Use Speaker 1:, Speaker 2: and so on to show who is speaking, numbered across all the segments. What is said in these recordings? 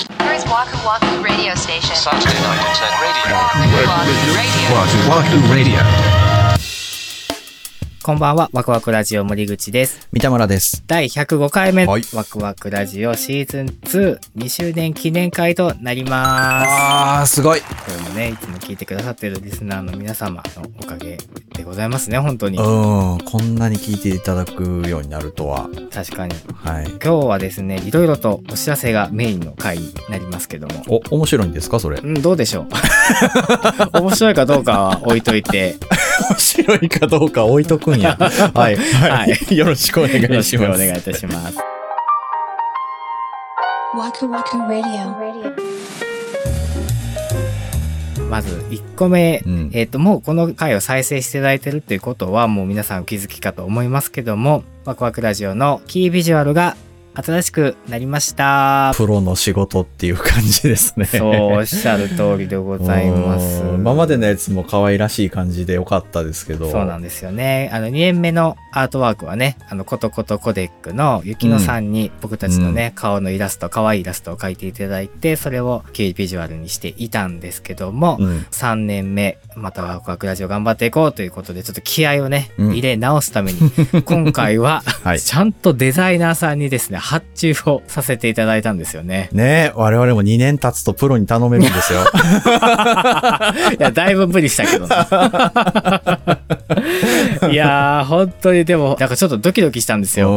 Speaker 1: Waku Waku Radio Station.
Speaker 2: Saturday night at 10 radio.
Speaker 1: Waku Waku Radio.
Speaker 3: Wahoo Wahoo Radio.
Speaker 4: こんばんは、ワクワクラジオ森口です。
Speaker 5: 三田村です。
Speaker 4: 第105回目、
Speaker 5: はい
Speaker 4: ワクワクラジオシーズン2、2周年記念会となりま
Speaker 5: あー、すごい。
Speaker 4: す。これもね、いつも聞いてくださってるリスナーの皆様のおかげでございますね、本当に
Speaker 5: う。ん、こんなに聞いていただくようになるとは。
Speaker 4: 確かに。
Speaker 5: はい。
Speaker 4: 今日はですね、いろいろとお知らせがメインの回になりますけども。
Speaker 5: お、面白いんですかそれ。
Speaker 4: うん、どうでしょ う面白いかどうかは置いといて、
Speaker 5: 面白いかどうか置いとく んや。はい。。
Speaker 4: はい
Speaker 5: よろしくお願
Speaker 4: よろしくお願いいたします。
Speaker 6: Waku Waku Radio.
Speaker 4: まず1個目、
Speaker 5: うん
Speaker 4: えっ、と、もうこの回を再生していただいてるということは、もう皆さんお気づきかと思いますけども、ワクワクラジオのキービジュアルが新しくなりました。
Speaker 5: プロの仕事っていう感じですね。
Speaker 4: そうおっしゃる通りでござい ます
Speaker 5: う。ん今までのやつも可愛らしい感じでよかったですけど。
Speaker 4: そうなんですよね。あの、2年目のアートワークはね、あの、ことことコデックの雪乃さんに僕たちのね、顔のイラスト、可愛いイラストを描いていただいて、それをキービジュアルにしていたんですけども、
Speaker 5: うん。
Speaker 4: 3年目、またワクワクラジオ頑張っていこうということで、ちょっと気合をね、
Speaker 5: うん
Speaker 4: 入れ直すため に、今回は、
Speaker 5: はい
Speaker 4: ちゃんとデザイナーさんにですね、発注をさせていただいたんですよね。
Speaker 5: ねえ、我々も2年経つとプロに頼めるんです よ。
Speaker 4: いや、だいぶ無理したけ どな。いやー、本当にでも、なんかちょっとドキドキしたんですよ。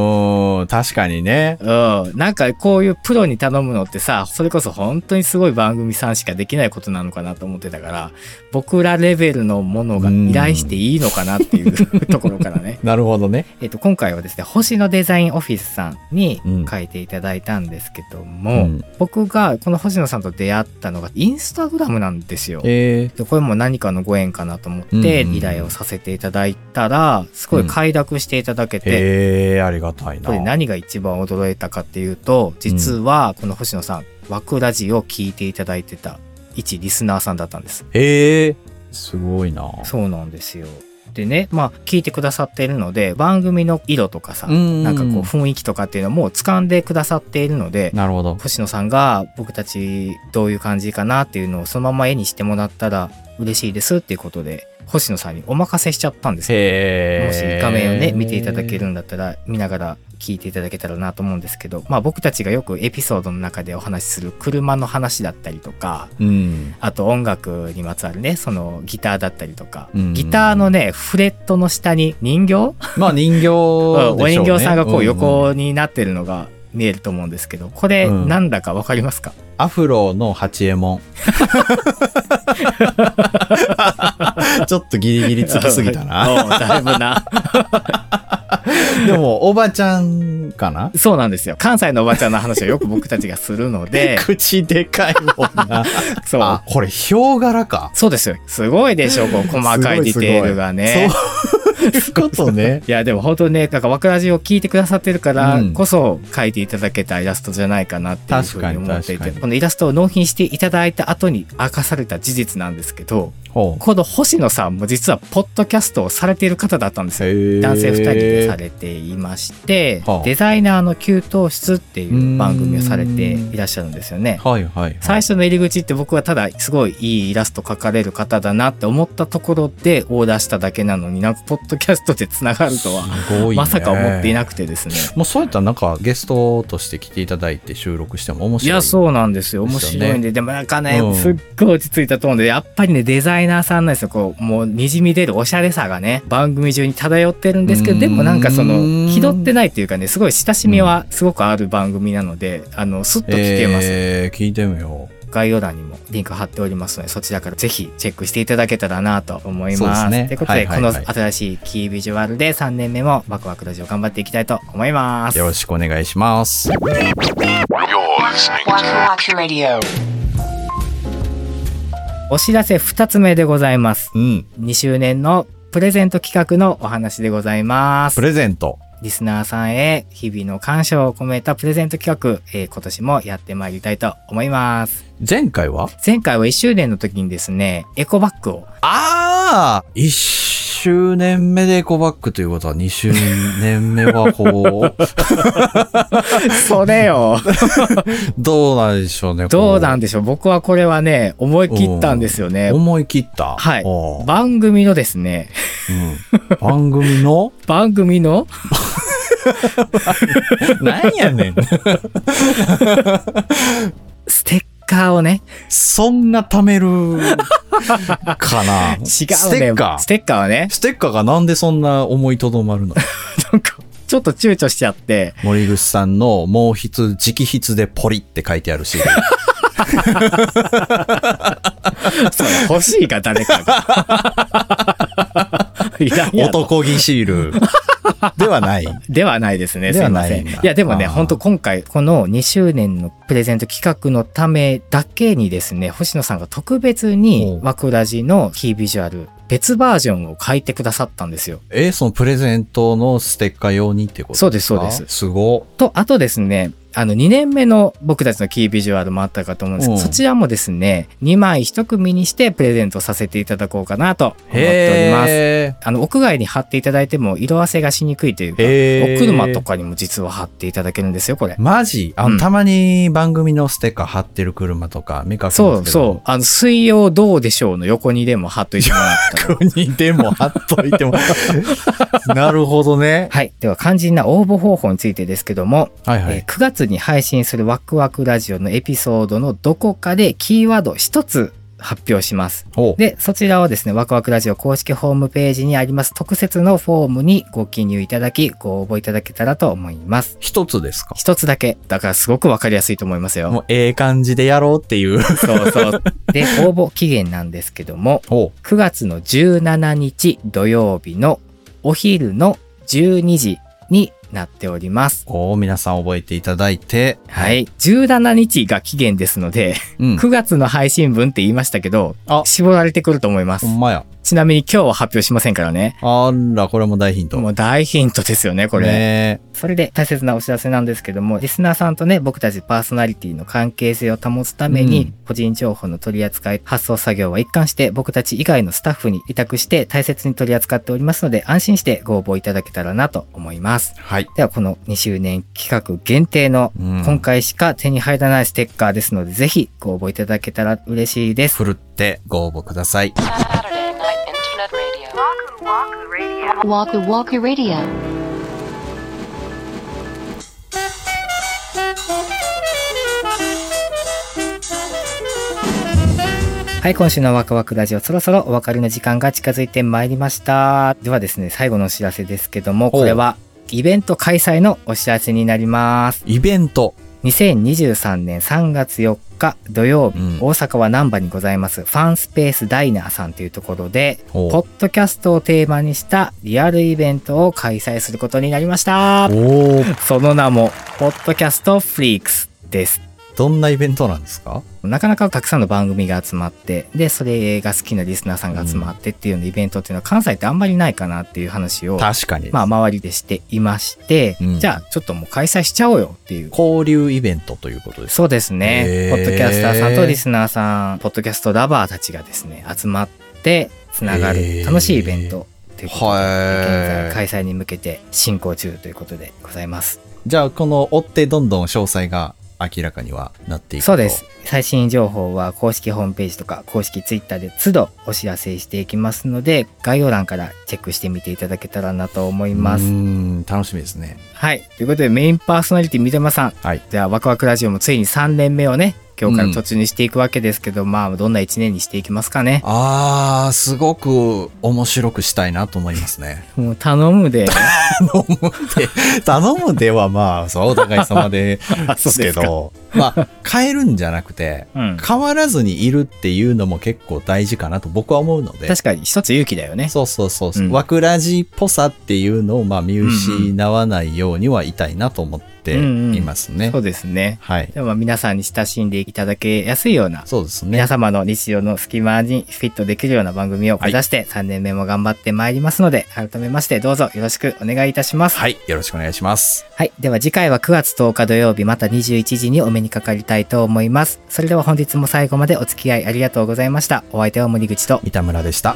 Speaker 5: うん、確かにね。
Speaker 4: うん、なんかこういうプロに頼むのってさそれこそ本当にすごい番組さんしかできないことなのかなと思ってたから僕らレベルのものが依頼していいのかなっていうところからね
Speaker 5: なるほどね。
Speaker 4: えっと、今回はですね、星野デザインオフィスさんに
Speaker 5: うん
Speaker 4: 書いていただいたんですけど
Speaker 5: う
Speaker 4: も、。僕がこの星野さんと出会ったのがインスタグラムなんですよ。
Speaker 5: え
Speaker 4: でこれも何かのご縁かなと思っ
Speaker 5: うん
Speaker 4: て依頼をさせていただいたら、すごい快諾していただけ
Speaker 5: ー、
Speaker 4: て、
Speaker 5: えー、ありがたいな。
Speaker 4: これ何が一番驚いたかっていうと、実はこの星野さん、ワクラジを聞いていただいてた一リスナーさんだったんです。
Speaker 5: ええすごいな。
Speaker 4: そうなんですよ。でね、まあ聞いてくださっているので、番組の色とかさ、
Speaker 5: ん
Speaker 4: なんかこう雰囲気とかっていうのも掴んでくださっているので
Speaker 5: なるほど。
Speaker 4: 星野さんが僕たちどういう感じかなっていうのをそのまま絵にしてもらったら嬉しいですっていうことで星野さんにお任せしちゃったんですよ
Speaker 5: へ
Speaker 4: もし画面をね見ていただける
Speaker 5: ん
Speaker 4: んだったら見ながら聞いていただけたらなと思うんですけどまあ僕たちがよくエピソードの中でお話しする車の話だったりとか
Speaker 5: うん。
Speaker 4: あと音楽にまつわるねそのギターだったりとか、
Speaker 5: うん
Speaker 4: ギターのねフレットの下に人形
Speaker 5: まあ人形で し
Speaker 4: お
Speaker 5: ょうね
Speaker 4: 人形さんがこう
Speaker 5: うんうん
Speaker 4: 横になってるのが見えると思うんですけど、これ
Speaker 5: うん
Speaker 4: なんだかわかり ますか、
Speaker 5: アフロの八右衛門。 ちょっとギリギリつきすぎ たな。
Speaker 4: おうだいぶな。
Speaker 5: でも、おばちゃんか な
Speaker 4: そうなんですよ。関西のおばちゃんの話をよく僕たちがするので、
Speaker 5: 口でかいもんな。
Speaker 4: そう
Speaker 5: あ。、これ、ヒョウ柄か。
Speaker 4: そうですよ。すごいでしょ、 こう、細かいディテールがね。
Speaker 5: そういう ことね。
Speaker 4: いや、でも本当にね、なんか、わくらじを聞いてくださってるから
Speaker 5: うん
Speaker 4: こそ、描いていただけたイラストじゃないかなっていうふ
Speaker 5: 確
Speaker 4: う
Speaker 5: か
Speaker 4: に
Speaker 5: に
Speaker 4: 思っていて、
Speaker 5: 確かに
Speaker 4: このイラストを納品していただいた後に明かされた事実なんですけど、
Speaker 5: ほう。
Speaker 4: この星野さんも実は、ポッドキャストをされている方だったんですよ。男
Speaker 5: 男
Speaker 4: 性2人でされていまして、
Speaker 5: はあ
Speaker 4: デザイナーの給湯室っていう番組をされていらっしゃるんですよね。
Speaker 5: はいはいはい。
Speaker 4: 最初の入り口って僕はただすごいいいイラスト描かれる方だなって思ったところでオーダーしただけなのになんかポッドキャストでつながるとは
Speaker 5: すごいね
Speaker 4: まさか思っていなくてですね。
Speaker 5: もうそういったらなんかゲストとして来ていただいて収録しても面
Speaker 4: い
Speaker 5: 白い。
Speaker 4: やそうなんですよ面
Speaker 5: ですよ
Speaker 4: 白
Speaker 5: ね
Speaker 4: いんででもなんかね、
Speaker 5: うん
Speaker 4: すっごい落ち着いたと思うんでやっぱりねデザイナーさんなんですよこうもうにじみ出るおしゃれさがね番組中に漂ってるんですけ
Speaker 5: うー
Speaker 4: ど
Speaker 5: ん
Speaker 4: でもなんかその気取ってないというかねすごい親しみはすごくある番組なので、あのスッと聞けます、
Speaker 5: えー、聞いてみよ
Speaker 4: 概要欄にもリンク貼っておりますのでそちらからぜひチェックしていただけたらなと思い
Speaker 5: そうで
Speaker 4: ます。
Speaker 5: すね
Speaker 4: ということで、
Speaker 5: はいはいはい
Speaker 4: この新しいキービジュアルで3年目もワクワクラジオ頑張っていきたいと思いま
Speaker 5: う。
Speaker 4: す。
Speaker 5: よろしくお願いします。
Speaker 2: You're listening
Speaker 1: Waku
Speaker 2: to
Speaker 1: Waku Radio.
Speaker 4: お知らせ2つ目でございます。
Speaker 5: うん。
Speaker 4: 2周年のプレゼント企画のお話でございま
Speaker 5: プ
Speaker 4: す。
Speaker 5: レゼント。
Speaker 4: リスナーさんへ日々の感謝を込めたプレゼント企画、えー今年もやってまいりたいと思います。
Speaker 5: 前回は
Speaker 4: 前回は1周年の時にですね、エコバッグを
Speaker 5: ああ一周年目でエコバッグということは2周年目はこう、
Speaker 4: それよ。
Speaker 5: どうなんでしょうね。こ
Speaker 4: どうなんでしょう。僕はこれはね、思い切ったんですよね。
Speaker 5: 思い切った。
Speaker 4: はい
Speaker 5: お。ー
Speaker 4: 番組のですね、
Speaker 5: うん番 組の
Speaker 4: 番組の
Speaker 5: なんやねん。
Speaker 4: ステッカーをね、
Speaker 5: そんな貯める かな。
Speaker 4: 違うね。
Speaker 5: ステッカー
Speaker 4: ス。テッカーはね、
Speaker 5: ステッカーがなんでそんな思いとどま るの
Speaker 4: なんか、ちょっと躊躇しちゃって、
Speaker 5: 森口さんの毛筆、直筆でポリって書いてあるし。
Speaker 4: それ欲しいか、誰かが。 いらんやろ
Speaker 5: 男気シール。ではない。
Speaker 4: ではないですね。す
Speaker 5: で
Speaker 4: い
Speaker 5: は
Speaker 4: ま
Speaker 5: ない
Speaker 4: せ
Speaker 5: ん
Speaker 4: ん。
Speaker 5: だ
Speaker 4: いや、でもね、
Speaker 5: あー
Speaker 4: 本当今回、この2周年のプレゼント企画のためだけにですね、星野さんが特別に
Speaker 5: お、う
Speaker 4: ワクラジのキービジュアル、別バージョンを書いてくださったんですよ。
Speaker 5: え、そのプレゼントのステッカー用にってこと
Speaker 4: そうです、そうです
Speaker 5: か。すご。
Speaker 4: と、あとですね、あの、2年目の僕たちのキービジュアルもあったかと思うんですけど、
Speaker 5: うん
Speaker 4: そちらもですね、2枚1組にしてプレゼントさせていただこうかなと思っております。
Speaker 5: へ
Speaker 4: あの、屋外に貼っていただいても色あせがしにくいというか、
Speaker 5: え。
Speaker 4: お車とかにも実は貼っていただけるんですよ、これ。
Speaker 5: マジあ
Speaker 4: う
Speaker 5: の、
Speaker 4: ん
Speaker 5: たまに番組のステッカー貼ってる車とか見かけ
Speaker 4: そ
Speaker 5: ます
Speaker 4: う
Speaker 5: けど。
Speaker 4: そう。あの、水曜どうでしょうの横にでも貼っといてもらったら。
Speaker 5: にでも貼っとい ても。なるほどね。
Speaker 4: はい。では、肝心な応募方法についてですけども、
Speaker 5: はいは
Speaker 4: えー
Speaker 5: い。
Speaker 4: 9月に配信するワクワクラジオのエピソードのどこかでキーワード1つ発表します。
Speaker 5: お
Speaker 4: で、そちらをですね、ワクワクラジオ公式ホームページにあります特設のフォームにご記入いただき、ご応募いただけたらと思います。
Speaker 5: 一つですか
Speaker 4: 一つだけ。だからすごくわかりやすいと思いますよ。
Speaker 5: もうええ感じでやろうっていう。
Speaker 4: そうそう。で、応募期限なんですけども、
Speaker 5: お
Speaker 4: 9月の17日土曜日のお昼の12時になっております。
Speaker 5: お皆さん覚えていただいて。
Speaker 4: はい。17日が期限ですので、
Speaker 5: うん。
Speaker 4: 9月の配信分って言いましたけど
Speaker 5: あ、
Speaker 4: 絞られてくると思います
Speaker 5: ほ。んまや。
Speaker 4: ちなみに今日は発表しませんからね。
Speaker 5: あら、これも大ヒント。
Speaker 4: もう大ヒントですよね、これ。
Speaker 5: ね
Speaker 4: それで大切なお知らせなんですけども、リスナーさんとね、僕たちパーソナリティの関係性を保つために、
Speaker 5: うん
Speaker 4: 個人情報の取り扱い、発送作業は一貫して、僕たち以外のスタッフに委託して大切に取り扱っておりますので、安心してご応募いただけたらなと思います。
Speaker 5: はい。
Speaker 4: では、この2周年企画限定の、
Speaker 5: うん
Speaker 4: 今回しか手に入らないステッカーですので、ぜひご応募いただけたら嬉しいです。
Speaker 5: ふるってご応募ください。
Speaker 1: Saturday Night Internet Radio. Waku Waku Radio.
Speaker 4: はい、今週のワクワクラジオ、そろそろお別れの時間が近づいてまいりました。ではですね、最後のお知らせですけども、
Speaker 5: ほう
Speaker 4: これはイベント開催のお知らせになります。
Speaker 5: イベント。
Speaker 4: 2023年3月4日土曜日、
Speaker 5: うん
Speaker 4: 大阪は難波にございます、ファンスペースダイナーさんというところで、
Speaker 5: ほう
Speaker 4: ポッドキャストをテーマにしたリアルイベントを開催することになりました。
Speaker 5: おー
Speaker 4: その名も、ポッドキャストフリークスです。
Speaker 5: どんなイベントなんですか
Speaker 4: なかなかたくさんの番組が集まってでそれが好きなリスナーさんが集まってっていうようなイベントっていうのは関西ってあんまりないかなっていう話を、
Speaker 5: 確かに。
Speaker 4: まあ、周りでしていまして、
Speaker 5: うん
Speaker 4: じゃあちょっともう開催しちゃおうよっていう。
Speaker 5: 交流イベントということです。
Speaker 4: そうですね
Speaker 5: へー。
Speaker 4: ポッドキャスターさんとリスナーさん、ポッドキャストラバーたちがですね、集まってつなが
Speaker 5: へ
Speaker 4: る
Speaker 5: ー
Speaker 4: 楽しいイベントということで、
Speaker 5: は
Speaker 4: 現在
Speaker 5: い。
Speaker 4: 開催に向けて進行中ということでございます。
Speaker 5: じゃあ、この追ってどんどん詳細が明らかにはなっていくと
Speaker 4: そうです。。最新情報は公式ホームページとか公式ツイッターで都度お知らせしていきますので、概要欄からチェックしてみていただけたらなと思いうま
Speaker 5: ー
Speaker 4: す。
Speaker 5: ん、楽しみですね。
Speaker 4: はい。ということでメインパーソナリティ三笘さん。
Speaker 5: はい。
Speaker 4: じゃあワクワクラジオもついに3年目をね、今日から途中にしていくわけですけど、まあどんな1年にしていきますかね。
Speaker 5: あー、すごく面白くしたいなと思いますね。
Speaker 4: もう頼むで。
Speaker 5: 頼むで、頼むではまあ、そう、お互い様で
Speaker 4: そう
Speaker 5: す
Speaker 4: で
Speaker 5: け
Speaker 4: すか
Speaker 5: ど、まあ、変えるんじゃなくて、
Speaker 4: うん。
Speaker 5: 変わらずにいるっていうのも結構大事かなと僕は思うので、
Speaker 4: 確かに一つ勇気だよね。
Speaker 5: そうそうそうそう、
Speaker 4: うん
Speaker 5: わくらじっぽさっていうのをまあ見失わないようにはいたいなと思っていますね。
Speaker 4: そうですね。
Speaker 5: はい。
Speaker 4: でも皆さんに親しんでいただけやすいような
Speaker 5: そうです
Speaker 4: 皆
Speaker 5: ね。
Speaker 4: 様の日常の隙間にフィットできるような番組を目指して3年目も頑張ってまいりますので、改めましてどうぞよろしくお願いいたします。はい。
Speaker 5: はい。よろしくお願いします。
Speaker 4: では次回は9月10日土曜日また21時にお目にかかりたいと思います。それでは本日も最後までお付き合いありがとうございました。お相手は森口と
Speaker 5: 三田村でした。